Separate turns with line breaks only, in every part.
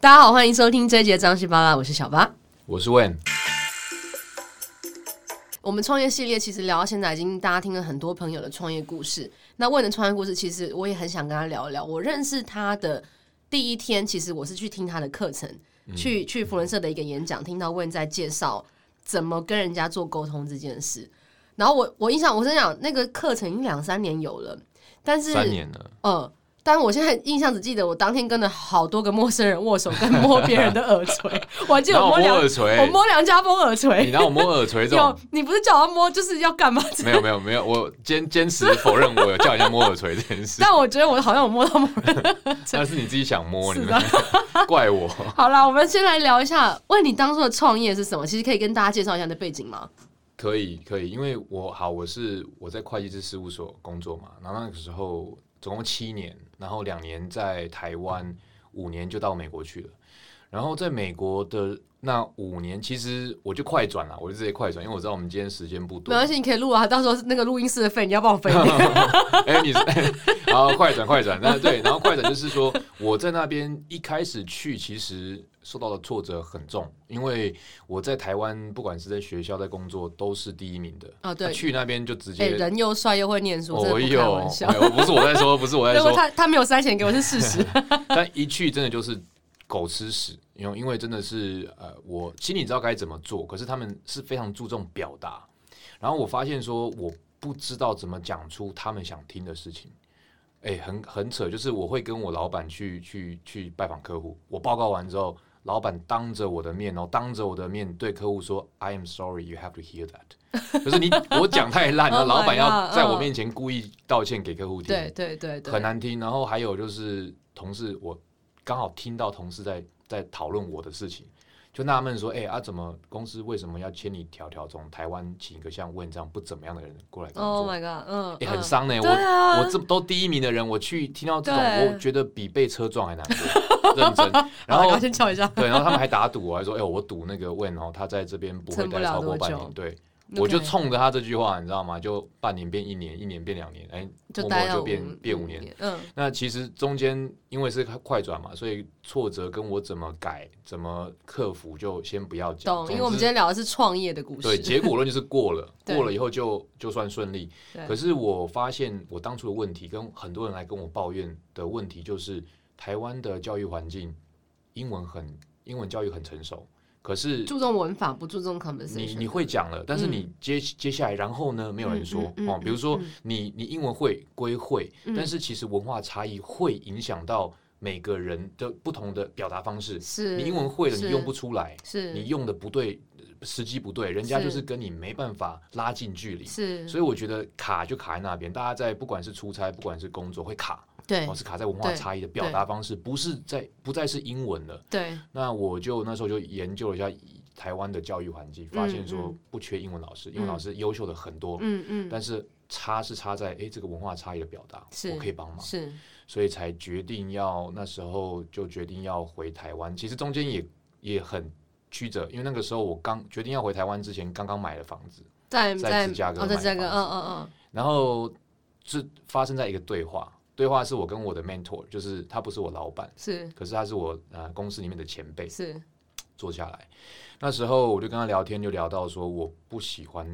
大家好，欢迎收听这一节张西巴拉，我是小巴。
我是 Wen，
我们创业系列其实聊到现在，已经大家听了很多朋友的创业故事。那问的创业故事，其实我也很想跟他聊一聊。我认识他的第一天，其实我是去听他的课程，
嗯
去去福伦社的一个演讲，听到问在介绍怎么跟人家做沟通这件事。然后我我印象，我真想那个课程已经两三年有了，但是
三年了，
呃，但我现在印象只记得我当天跟了好多个陌生人握手，跟摸别人的耳垂， 我还记得我
我
摸
摸
梁，
耳
我
垂，
摸梁家峰耳
你
垂。
拿我摸耳垂哎这
有
种，，
你不是叫他摸，就是要干嘛？
没有没有没有，我坚坚持否认我有叫人家摸耳垂这件事，
但我觉得我好像有摸到某 人。
那是你自己想摸，你
是
们 怪我。
好啦，我们先来聊一下，问你当初的创业是什么？其实可以跟大家介绍一下你的背景吗？
可以可以，因为我好，我是我在会计师事务所工作嘛，然后那个时候总共七年，然后两年在台湾，五年就到美国去了。然后在美国的那五年，其实我就快转了，我就直接快转，因为我知道我们今天时间不多
没。关系，你可以录啊，到时候那个录音室的费你要帮我分一点。
哎、你是 好，快转快转，那对，然后快转就是说，我在那边一开始去，其实受到的挫折很重，因为我在台湾，不管是在学校、在工作，都是第一名的。
哦对
那去那边就直
哎、
接，
人又帅又会念书，真的
哦
不开
哟
玩笑。
哎呦不是我在说，不是我 在
对
说，
他他没有塞钱给我是事 实。
但一去真的就是狗吃屎，因为因为真的是呃，我心里知道该怎么做，可是他们是非常注重表达，然后我发现说我不知道怎么讲出他们想听的事情。哎、很很扯，就是我会跟我老板去去去拜访客户，我报告完之后，老板当着我的面，然后当着我的面对客户说：“I am sorry, you have to hear that。”就是你我讲太烂了，
Oh my
老板要
God，
在我
嗯
面前故意道歉给客户听。
对对对对，
很难听。然后还有就是同事，我刚好听到同事在在讨论我的事情，就纳闷说，哎、啊，怎么公司为什么要千里迢迢从台湾请一个像问这样不怎么样的人过来工作
Oh my god，嗯，
欸很
嗯
伤呢、
对啊
我我这都第一名的人，我去听到这种，
对
我觉得比被车撞还难过，认 真。然
好
后
我先敲一下，
对，然后他们还打赌，我还说，哎、我赌那个问哦，他在这边不会
撑不
待
了
超
多
过半
久
年，对。我就冲着他这句话，你知道吗？就半年变一年，一年变两年，哎、
就
默
待
默
到
就变变五年，，
嗯，
那其实中间因为是快转嘛，所以挫折跟我怎么改、怎么克服，就先不要讲。
懂。
总
因为我们
之
今天聊的是创业的故
对
事，
结果论就是过了，
对
过了以后就就算顺利
对。
可是我发现我当初的问题，跟很多人来跟我抱怨的问题，就是台湾的教育环境，英文很英文教育很成熟，可是
注重文法，不注重
你
conversation。嗯
你会讲了，但是你接、接下来，然后呢，没有人说、
嗯嗯嗯
哦。比如说
嗯
你你英文会归会，
嗯
但是其实文化差异会影响到每个人的不同的表达方式。
是
你英文会了，
是
你用不出来，
是
你用的不对，呃时机不对，人家
是
就是跟你没办法拉近距离。
是，
所以我觉得卡就卡在那边，大家在不管是出差，不管是工作会卡，
对
哦，是卡在文化
对
差异的表达方式，不是在不再是英文了。
对
那我就那时候就研究了一下台湾的教育环境，发现说
嗯
不缺英文老师，英文老师优秀的很多，
嗯嗯
但是差是差在诶这个文化差异的表达
是，
我可以帮忙，
是
所以才决定要那时候就决定要回台湾。其实中间也也很曲折，因为那个时候我刚决定要回台湾之前，刚刚买了房子，
在
在
在
芝加哥
哦，在
买
芝加哥，
房
嗯
子
嗯
然后是发生在一个对话，对话是我跟我的 mentor，就是他不是我老板
嗯，，是
可是他是我呃公司里面的前辈。
是
坐下来，那时候我就跟他聊天，就聊到说我不喜欢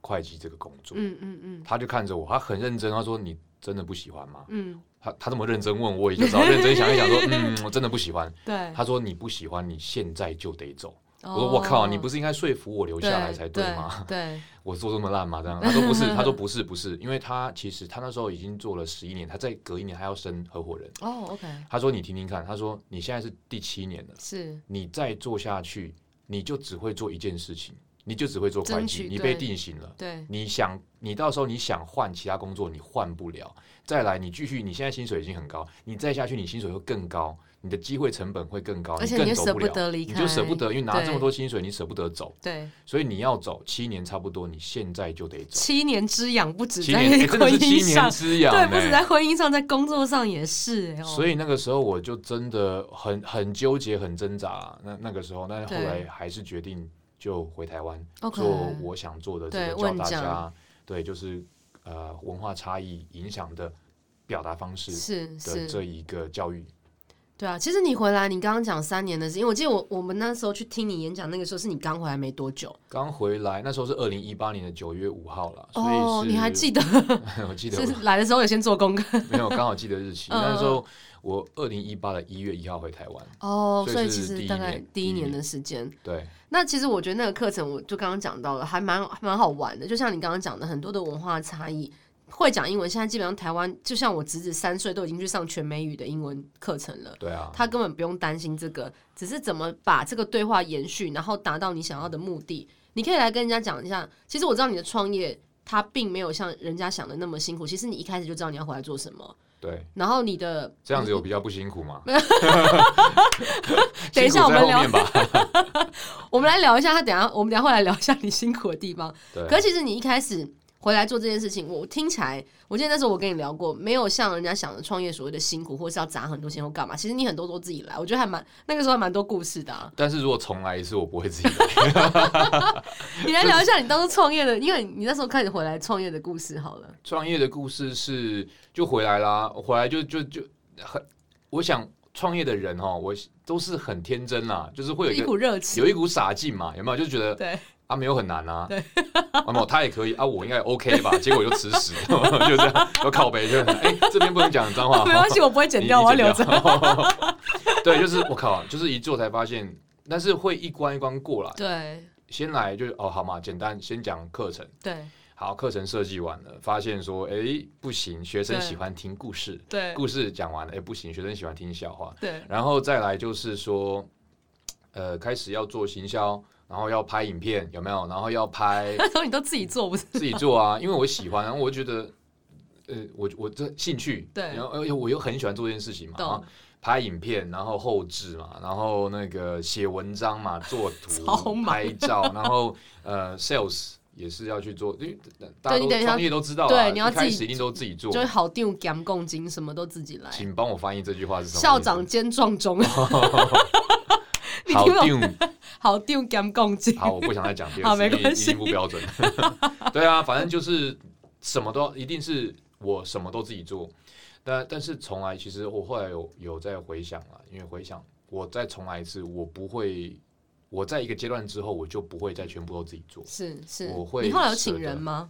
会计这个工作。
嗯嗯嗯
他就看着我，他很认真，他说：“你真的不喜欢吗
嗯，？”
他他这么认真问我，也就知道认真想一想 说：“嗯，我真的不喜欢。”
对。
他说：“你不喜欢，你现在就得走。”我说：“
哦
我靠，你不是应该说服我留下来才对吗？”？
对
我做这么烂吗？这样，他说不是， 他说不是，不是，因为他其实他那时候已经做了十一年，他再隔一年还要升合伙人。
对哦，OK，
他说你听听看，他说你现在是第七年了，
是
你再做下去，你就只会做一件事情，你就只会做会
争
计，
取
你
对
被定型了。
对
你想，你到时候你想换其他工作，你换不了。再来，你继续，你现在薪水已经很高，你再下去，你薪水会更高，你的机会成本会更高，
而且
哦更
你
走
舍
不
不
了
得离
你就舍不
开
得，因为拿这么
对
多薪水，你舍不得走，
对，
所以你要走，七年差不多，你现在就得走。
七年之痒不止
七
在
年、欸真的
婚姻
是七
上
年，之痒、
对，
欸，
不止在婚姻上，在工作上也是哎、哦
所以那个时候我就真的很很纠结、很挣扎。那那个时候，但是后
对
来还是决定就回台湾
OK
做我想做的这
对
个，教
问
大
讲
家对，就是呃文化差异影响的表达方式
是
的
是
这一个教育。
对啊，其实你回来，你刚刚讲三年的事，因为我记得我我们那时候去听你演讲，那个时候是你刚回来没多久
刚回来那时候是二零一八年的九月五号了，所以
哦，
是
你还记得
我记得
是来的时候有先做功课
没有刚好记得 日期，
嗯
那时候我二零一八的一月一号回台湾，
哦，
所以
所以
是
其
第
实
一
大概
年嗯
第一
第一
年
年
的时间。
对
那其实我觉得那个课程，我就刚刚讲到了，还蛮还蛮好玩的。就像你刚刚讲的，很多的文化差异，会讲英文，现在基本上台湾，就像我侄子三岁都已经去上全美语的英文课程了。
对啊，
他根本不用担心这个，只是怎么把这个对话延续，然后达到你想要的目的。你可以来跟人家讲一下，其实我知道你的创业，它并没有像人家想的那么辛苦。其实你一开始就知道你要回来做什么，
对，
然后你的
这样子有比较不辛 苦吗？
等一下
辛
我
苦在
们聊
后 面吧。
我们来聊一下，他等一下我们等一下会来聊一下你辛苦的地方。
对，
可是其实你一开始回来做这件事情，我听起来，我记得那时候我跟你聊过，没有像人家想的创业所谓的辛苦，或是要砸很多钱或干嘛。其实你很多都自己来，我觉得还蛮那个时候还蛮多故事的、 啊。
但是如果重来一次，我不会自己来。
你来聊一下你当初创业的，因为你那时候开始回来创业的故事好了。
创业的故事是就回来啦，回来就就就很，我想创业的人哦，我都是很天真啦，就是会有一
一
个
股热情
有，一股傻劲嘛，有没有？就觉得
对，
啊，没有很难啊， 啊没有，他也可以啊，我应该也 OK 吧？结果我就吃屎， 就这样，我靠北就很哎、这边不能讲脏 话，
没关系，我不会剪掉，
你
我要留着。
着。 对，就是我靠，就是一做才发现，但是会一关一关过啦。
对
先来就是哦，好嘛，简单，先讲课程。
对
好，课程设计完了，发现说，哎，不行，学生
对
喜欢听故事，
对
故事讲完了，哎，不行，学生喜欢听笑话。
对
然后再来就是说，呃，开始要做行销，然后要拍影片，有没有？然后要拍
那时候你都自己做不是？
自己做啊，因为我喜欢，然后我觉得，呃，我我这兴趣，
对
然后而且我又很喜欢做这件事情嘛，
懂
啊拍影片，然后后置嘛，然后那个写文章嘛，做
超
图、
忙
拍照，然后呃，sales 也是要去做，因为大家
对你
都
等一下
创业都知道啊，
对你要
一开
自己
始一定都自己做
就。是好定gamon 共金，什么都自己来。
请帮我翻译这句话是什么意思？哦
校长兼撞钟， 你
好
听不懂
定
好定 gamon 共金。
好，我不想再讲第
好
二次，
没
因为
关
已
系
经不标准。 对啊，反正就是什么都一定是我什么都自己做，但但是从来其实我后来有有在回想啊，因为回想我再重来一次，我不会，我在一个阶段之后，我就不会再全部都自己做，
是是，
我会
你后来有
舍
请
得
人吗？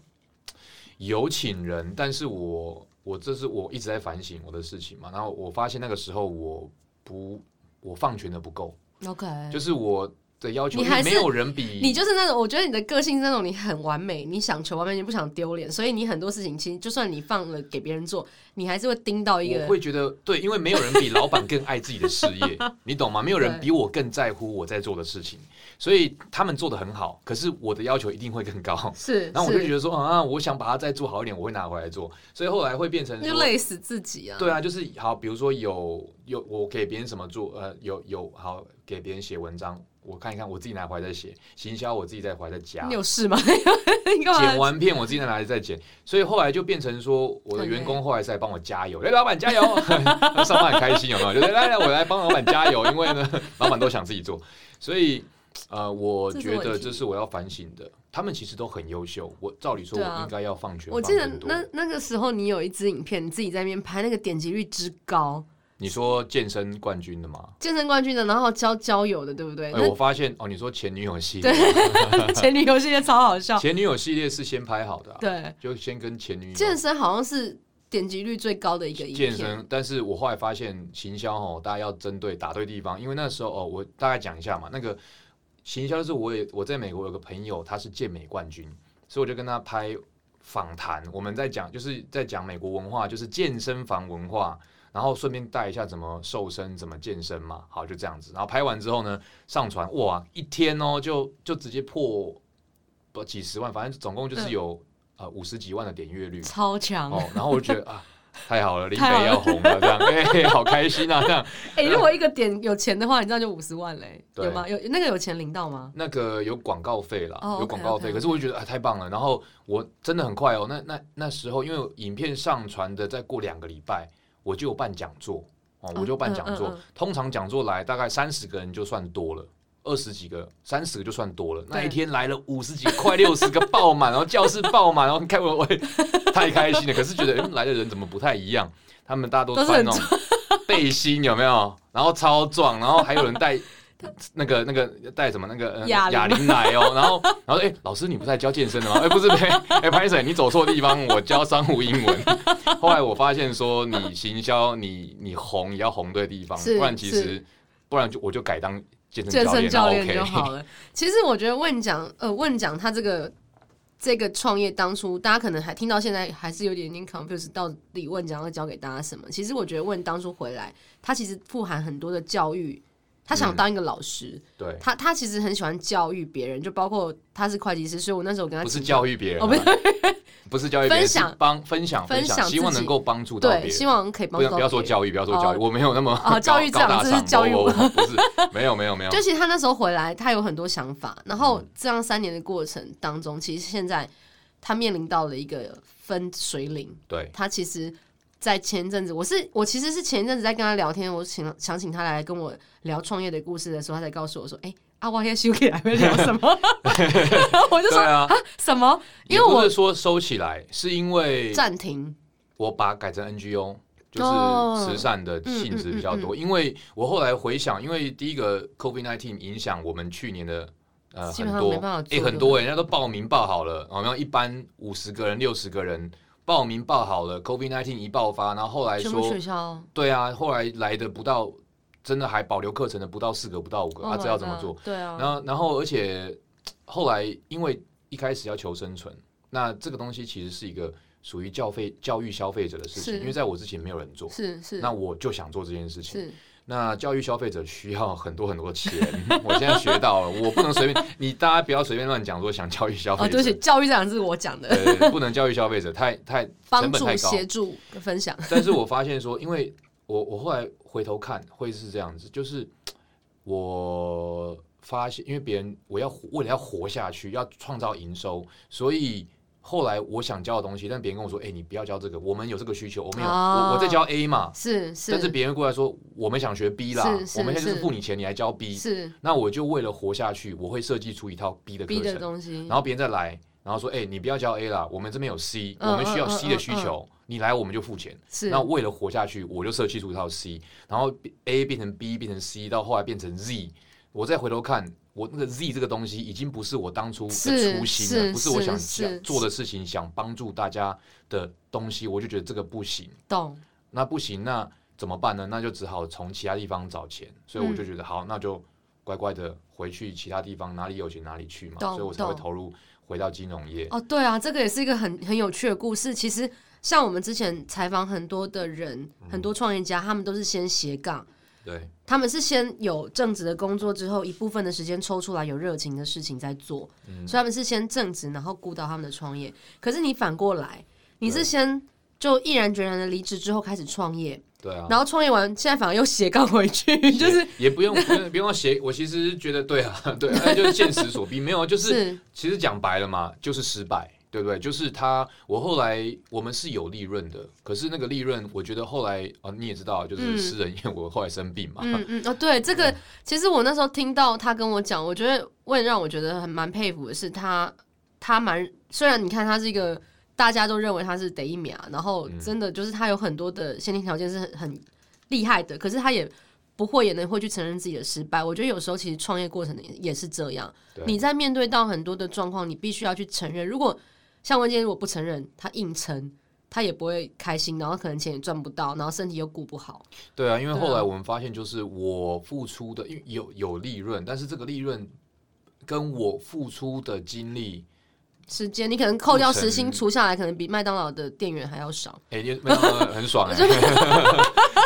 有请人，但是我我这是我一直在反省我的事情嘛，然后我发现那个时候我不我放权的不够，
OK，
就是我的要求，
你
因为
还是
没有人比
你就是那种，我觉得你的个性是那种你很完美，你想求完美，你不想丢脸，所以你很多事情其实就算你放了给别人做，你还是会盯到一
我
个。
会觉得对，因为没有人比老板更爱自己的事 业，你懂吗？没有人比我更在乎我在做的事情，所以他们做的很好，可是我的要求一定会更高。
是，
然后我就觉
得
得说啊，我想把它再做好一点，我会拿回来做，所以后来会变成
就
说，
累死自己啊。
对啊，就是好，比如说有有我给别人什么做，呃，有有好给别人写文章，我看一看，我自己拿回来再写，行销我自己再回来再加
你，有事吗？ 你干
剪
嘛？
完片我自己再拿来再剪，所以后来就变成说，我的员工后来是来帮我加油，哎、老板加油， 上班很开心，有没有？就是来来，我来帮老板加油，因为呢，老板都想自己做，所以呃，我
这是
觉
问
得
题
这是我要反省的。他们其实都很优秀，我照理说
对啊
我应该要放权
我
放
记得
更多。
那那个时候你有一支影片，你自己在那边拍，那个点击率之高，
你说健身冠军的吗？
健身冠军的，然后交交友的，对不对？
哎、我发现哦，你说前女友系列，
那前女友系列超好笑，
前女友系列是先拍好的、啊，
对，
就先跟前女友
健身好像是点击率最高的一个影
健
片。
身，但是我后来发现行销哦，大家要针对打对地方，因为那时候哦，我大概讲一下嘛，那个行销就是我也我在美国有个朋友，他是健美冠军，所以我就跟他拍访谈，我们在讲就是在讲美国文化，就是健身房文化。然后顺便带一下怎么瘦身、怎么健身嘛，好就这样子。然后拍完之后呢，上传哇，一天哦就就直接破不几十万，反正总共就是有、呃五十几万的点阅率。
超强！
哦，然后我就觉得啊，太好了，林北
太好了
要红了，这样，哎、好开心啊，这样。
哎、如果一个点有钱的话，你知道就五十万嘞、
对
有吗？有那个有钱领到吗？
那个有广告费啦，
嗯哦
有广告
OK，OK，OK
费。可是我就觉得啊，太棒了。然后我真的很快哦，那那那时候因为影片上传的，再过两个礼拜我就有办讲座哦，我就办讲座。
嗯嗯嗯
通常讲座来大概三十个人就算多了，二十几个、三十个就算多了。那一天来了五十几、快六十个 爆满，然后教室爆满，然后你开我我也太开心了。可是觉得、嗯、来的人怎么不太一样？他们大家都
都是
穿
很
那种背心，有没有？然后超壮，然后还有人带那个那个带什么那个呃
哑铃
哑铃来哦。 然后然后哎、老师你不是在教健身的吗？哎、不是，哎、哎，潘医生你走错地方， 我教商务英文。后来我发现说，你行销，你你红也要红对地方，
是
不然其
是
实不然就我就改当健身
健
教
身
练
教
那
练就
OK。
好了。其实我觉得问讲，呃，问讲他这个这个创业当初，大家可能还听到现在还是有点点 confused，到底问讲要教给大家什么？其实我觉得问当初回来，他其实富含很多的教育。他
嗯
想当一个老师，
对，
他他其实很喜欢教育别人，就包括他是会计师，所以我那时候跟他
不是
请
教育别人啊，
哦不
不是教育别人，
分享
是帮分享
分享
享，希望
自己
能够帮助到别
对，
人。
希望可以帮助
不要
到
不要说
别人
教育，不要说教育，我没有那么
哦
高
教育这样
高大
这是
上
教育
我
我
我我不是没有没有没 有
就其实他那时候回来，他有很多想法。然后
嗯
这样三年的过程当中，其实现在他面临到了一个分水岭。
对
他其实，在前一阵子，我是我其实是前一阵子在跟他聊天，我请想请他来跟我聊创业的故事的时候，他才告诉我说：“哎、阿瓦耶修给来会聊什么？” 然后我就
对
说
啊，：“
什么？因为
也不
我
是说收起来，是因为
暂停。
我把改成 NGO，
哦嗯
就是慈善的性质比较多。因为我后来回想，因为第一个 COVID 19影响我们去年的呃
基
很
本上
多，
没办法
哎、
做
很多、人家都报名报好了，好像一般五十个人、六十个人报名报好了，COVID 19一爆发，然后后来”
全部
说
取消，
对啊，后来来的不到，真的还保留课程的不到四个，不到五个，
Oh
啊，
my
这要怎么做？
God，对啊，
然后，然后，而且嘖后来因为一开始要求生存，那这个东西其实是一个属于教费教育消费者的事情，
是
因为在我之前没有人做，
是是
那我就想做这件事情。
是
那教育消费者需要很多很多钱， 我现在学到了，我不能随便，你大家不要随便乱讲说想教育消
哦，
费
对不起，
者。
教育这两个字我讲的，
对对，不能教育消费者，太太
帮
成本
助、
太高。
协助、分享，
但是我发现说，因为我我后来回头看，会是这样子，就是我发现，因为别人我要活为了要活下去，要创造营收，所以后来我想教的东西，但别人跟我说，哎、你不要教这个，我们有这个需求，我们有、
哦
我我在教 A 嘛，
是是，
但是别人过来说，我们想学 B 啦，
是是
我们现在就是
是
付你钱，你来教 B，
是
那我就为了活下去，我会设计出一套 B 的课
B 的
程，
东西，
然后别人再来。然后说，哎、你不要教 A 啦，我们这边有 C，、
嗯
我们需要
嗯
C
嗯
的
嗯
需求，你来我们就付钱。
是
那为了活下去，我就设计出一套 C，然后 A 变成 B，变成 C，到后来变成 Z。我再回头看，我那个 Z 这个东西已经不是我当初
是
的初心了，
是
不是我想
是是
想做的事情，想帮助大家的东西，我就觉得这个不行。
懂
那不行，那怎么办呢？那就只好从其他地方找钱。所以我就觉得，好，那就乖乖的回去其他地方，哪里有钱哪里去嘛。
懂
所以我才会
懂
投入回到金融业。
哦，对啊，这个也是一个很很有趣的故事。其实像我们之前采访很多的人，很
嗯
多创业家，他们都是先斜杠。
对，
他们是先有正职的工作，之后一部分的时间抽出来有热情的事情在做，
嗯
所以他们是先正职，然后顾到他们的创业。可是你反过来，你是
对
先就毅然决然的离职之后开始创业，
对啊。
然后创业完现在反而又斜杠回去， 就是
也也不用不用不用写，我其实觉得对啊，对啊，那就是现实所逼，没有啊，就是
是
其实讲白了嘛，就是失败，对不对？就是他，我后来我们是有利润的，可是那个利润，我觉得后来啊，你也知道，就是私人，因为我后来生病嘛，
嗯嗯哦，对，这个其实我那时候听到他跟我讲，我觉得问让我觉得很蛮佩服的是他，他蛮虽然你看他是一个大家都认为他是得一秒，然后真的就是他有很多的先天条件是很很厉害的，可是他也。不会也能会去承认自己的失败，我觉得有时候其实创业过程也也是这样。
对
你在面对到很多的状况，你必须要去承认。如果像文杰如果不承认，他硬撑，他也不会开心，然后可能钱也赚不到，然后身体又顾不好。
对啊，因为
对啊
后来我们发现，就是我付出的，因为有有利润，但是这个利润跟我付出的精力，
时间，你可能扣掉
成
时薪除下来，可能比麦当劳的店员还要少。
哎、也没有很爽、欸，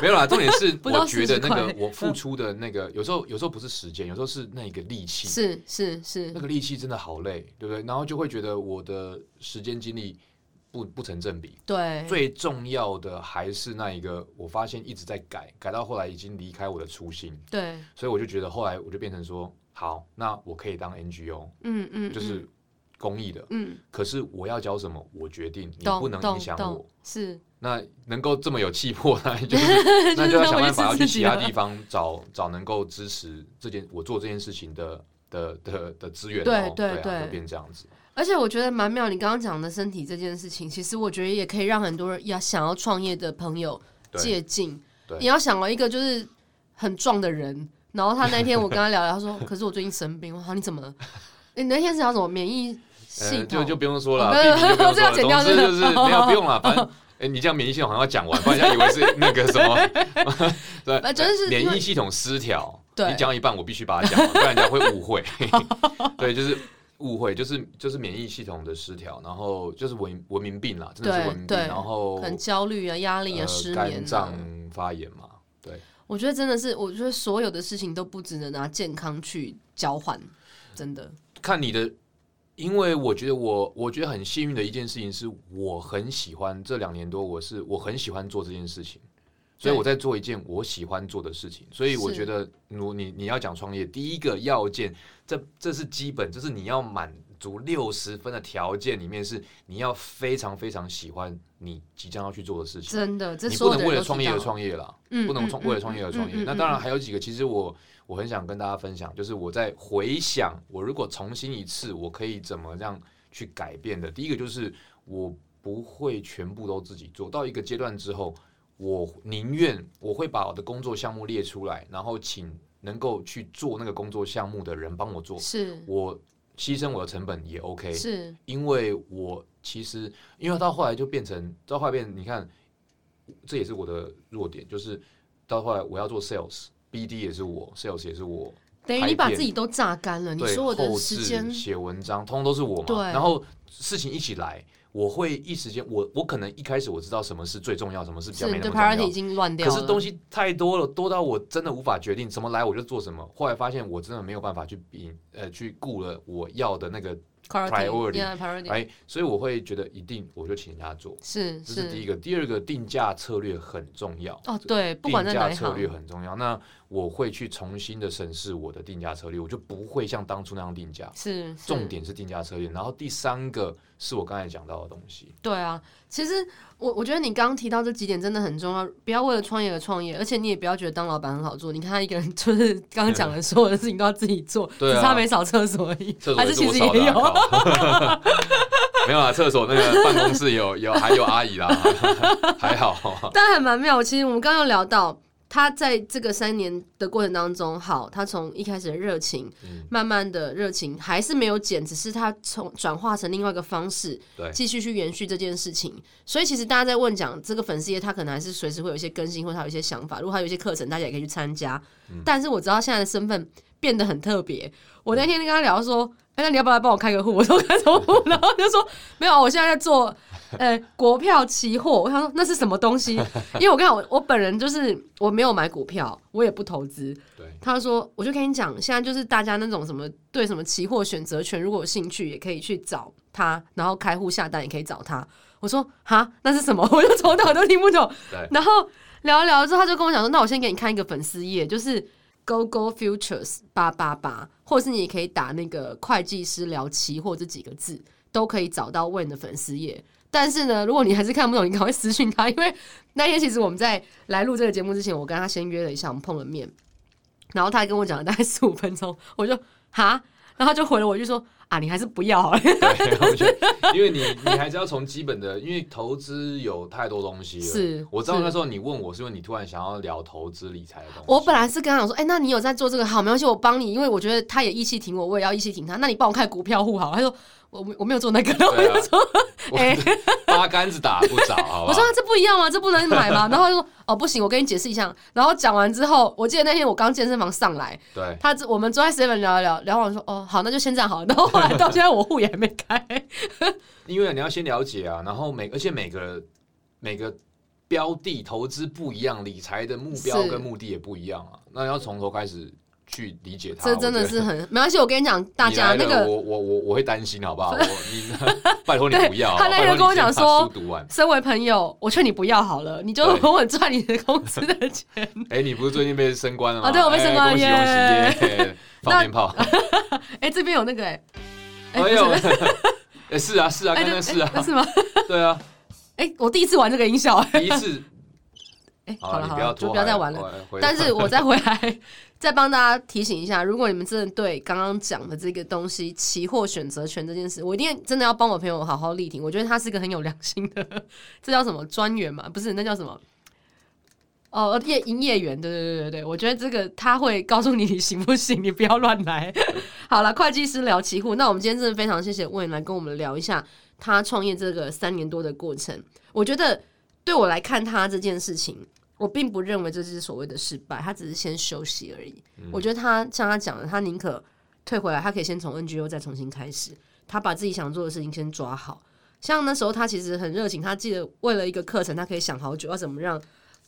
没有啦。重点 是，
不到
我觉得
40
那个
块嗯
我付出的那个，有时候有时候不是时间，有时候是那个力气，
是是是
那，个力气真的好累，对不对？然后就会觉得我的时间精力不不成正比。
对，
最重要的还是那一个，我发现一直在改，改到后来已经离开我的初心，
对，
所以我就觉得后来我就变成说，好，那我可以当 NGO，
嗯嗯，嗯
就是公益的，
嗯，
可是我要教什么，我决定，你
懂
不能
懂
影响
懂
我。
是
那能够这么有气魄，那 就是那就要想办法要去其他地方找找能够支持这件我做这件事情的的的的资源、哦，
对对
对啊，
对
就变这样子。
而且我觉得蛮妙，你刚刚讲的身体这件事情，其实我觉得也可以让很多人要想要创业的朋友
对
借鉴
对。
你要想哦，一个就是很壮的人，然后他那天我跟他聊聊，他 说：“可是我最近生病。”我说：“你怎么了？ 你那天是要什么免疫系
呃，
统？”
就就不用说
我
了，避
跟
免就不用
这
说
要
了。
剪掉
总之
这个
就是没有不用了，反正。哎，你这样免疫系统好像要讲完，不然人家以为是那个什 么，对，
呃就是因为
免疫系统失调。
对
你讲到一半，我必须把它讲完，不然人家会 误会。对，就是误会，就是就是免疫系统的失调，然后就是文文明病啦，真的是
对
文明病。
对
然后
很焦虑啊、压力啊、
呃
失
肝
眠
脏
啊。
发炎嘛，对。
我觉得真的是，我觉得所有的事情都不只能拿健康去交换，真的。
看你的，因为我觉得我我觉得很幸运的一件事情是，我很喜欢这两年多，我是我很喜欢做这件事情，所以
对
我在做一件我喜欢做的事情，所以我
是
觉得如你你要讲创业，第一个要件，这这是基本，就是你要满足六十分的条件里面是你要非常非常喜欢你即将要去做的事情。
真的，这
你
所
不
有
能
的
为
人
了
都
创
知
业而
道。
创业啦，
嗯
不能
嗯嗯
创为了创业而创业
嗯嗯。嗯
那当然还有几个，其实我我很想跟大家分享，就是我在回想，我如果重新一次，我可以怎么样去改变的。第一个就是我不会全部都自己做到一个阶段之后，我宁愿我会把我的工作项目列出来，然后请能够去做那个工作项目的人帮我做，
是
我牺牲我的成本也 OK。
是，
因为我其实，因为到后来就变成，到后来变，你看，这也是我的弱点，就是到后来我要做 sales，BD 也是我，sales 也是我，
等于
开
你把
店
自己都榨干了，你
对，
所有的
后
时
置
间
写文章，通通都是我嘛。
对
然后事情一起来，我会一时间，我我可能一开始我知道什么是最重要，什么是比较
是
没
你
那
的
么重要
priority 已经乱掉
可
了。
是东西太多了，多到我真的无法决定怎么来我就做什么。后来发现我真的没有办法去比呃去顾了我要的那个 priority，
yeah, priority
哎，所以我会觉得一定我就请人家做，
是
这是第一个。第二个，定价策略很重要。
哦，对，不管
定
在
价
哪一
策
行，
略很重要。那我会去重新的审视我的定价策略，我就不会像当初那样定价。
是是
重点是定价策略，然后第三个是我刚才讲到的东西。
对啊，其实我我觉得你刚刚提到这几点真的很重要，不要为了创业而创业，而且你也不要觉得当老板很好做。你看他一个人就是刚刚讲的所有的事情都要自己做，
对啊
只是他没扫厕所而已，
厕所
还
也
是
是
其
我
实
扫的
也
啊、
有。
靠 没有啊，厕所那个办公室有有还有阿姨啦， 还好。
但还蛮妙。其实我们刚刚有聊到，他在这个三年的过程当中，好，他从一开始的热情，
嗯
慢慢的热情还是没有减，只是他从转化成另外一个方式，
对
继续去延续这件事情。所以其实大家在问讲这个粉丝页，他可能还是随时会有一些更新，或者他有一些想法。如果他有一些课程，大家也可以去参加。但是我知道现在的身份变得很特别。我那天跟他聊说。哎，那你要不要来帮我开个户？我 说开什么户？然后他就说没有啊，我现在在做呃国票期货。我想说那是什么东西？因为我跟你讲，我我本人就是我没有买股票，我也不投资，
对，
他就说，我就跟你讲，现在就是大家那种什么对什么期货选择权如果有兴趣，也可以去找他，然后开户下单也可以找他。我说哈，那是什么？ 我就从头都听不懂
对。
然后聊一聊之后，他就跟我讲说，那我先给你看一个粉丝页，就是 Go Go Futures 八八八，或者是你也可以打那个会计师聊期货这几个字，都可以找到 Win 的粉丝页。但是呢，如果你还是看不懂，你赶快私讯他，因为那天其实我们在来录这个节目之前，我跟他先约了一下，我们碰了面。然后他还跟我讲了大概十五分钟， 我就哈，然后他就回了我一句说啊，你还是不要好了。
对，我觉得，因为你你还是要从基本的，因为投资有太多东西了。
是
我知道
是
那时候你问我，是因为你突然想要聊投资理财的东西。
我本来是跟他讲说，哎、那你有在做这个好，没关系，我帮你，因为我觉得他也义气挺我，我也要义气挺他。那你帮我看股票户好了，他说我我没有做那个，然 后我
对啊
就说，
我
哎、
八竿子打不着，好
我
不好
说、啊？这不一样吗？这不能买吗？然后他就说哦不行，我跟你解释一下。然后讲完之后，我记得那天我刚健身房上来，
对，
他我们昨天 seven 聊一聊，聊完说哦好，那就先这样好了。然后后来到现在我户也还没开，
啊因为你要先了解啊，然后每而且每个每个标的投资不一样，理财的目标
是
跟目的也不一样啊，那要从头开始去理解它。
这真
我
的
觉
是
得
很没关系。我跟你讲，大
你
家
来
那
了
个
我我我我会担心，好不好？我你拜托你
对
不要啊，
他那天
拜托你
跟我讲
先把
说
书读完。
身为朋友，我劝你不要好了，你就
对
稳稳赚你的工资的 钱。
哎、你不是最近被升官了吗？
啊对我被升官了
哎
耶
恭喜恭喜耶！放鞭炮，
哎、这边有那个哎、
哎呦，哎、是啊是啊，
哎对
刚
哎
刚是啊，
是吗？
对啊，
哎、哎，我第一次玩这个音效，
第一次，
哎，
好
好了
你
好
不要
了，
拖
就不要再玩了。
了。回来
但是我再回来， 再帮大家提醒一下，如果你们真的对刚刚讲的这个东西，期货选择权这件事，我一定真的要帮我朋友好好力挺。我觉得他是个很有良心的， 这叫什么专员嘛？不是，那叫什么？哦，业营业员，对对对对对，我觉得这个他会告诉你你行不行，你不要乱来。 好了，会计师聊期货，那我们今天真的非常谢谢魏来跟我们聊一下他创业这个三年多的过程。我觉得对我来看他这件事情，我并不认为这是所谓的失败，他只是先休息而已。我觉得他像他讲的，他宁可退回来，他可以先从 NGO 再重新开始，他把自己想做的事情先抓好。像那时候他其实很热情，他记得为了一个课程，他可以想好久要怎么让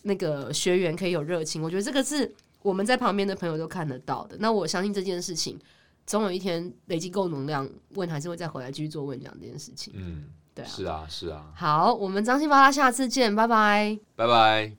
那个学员可以有热情。我觉得这个是我们在旁边的朋友都看得到的。那我相信这件事情，总有一天累积够能量，问还是会再回来继续做问讲这件事情。
嗯，
对啊
是啊，是啊，
好，我们张新发他下次见，拜拜。
拜拜。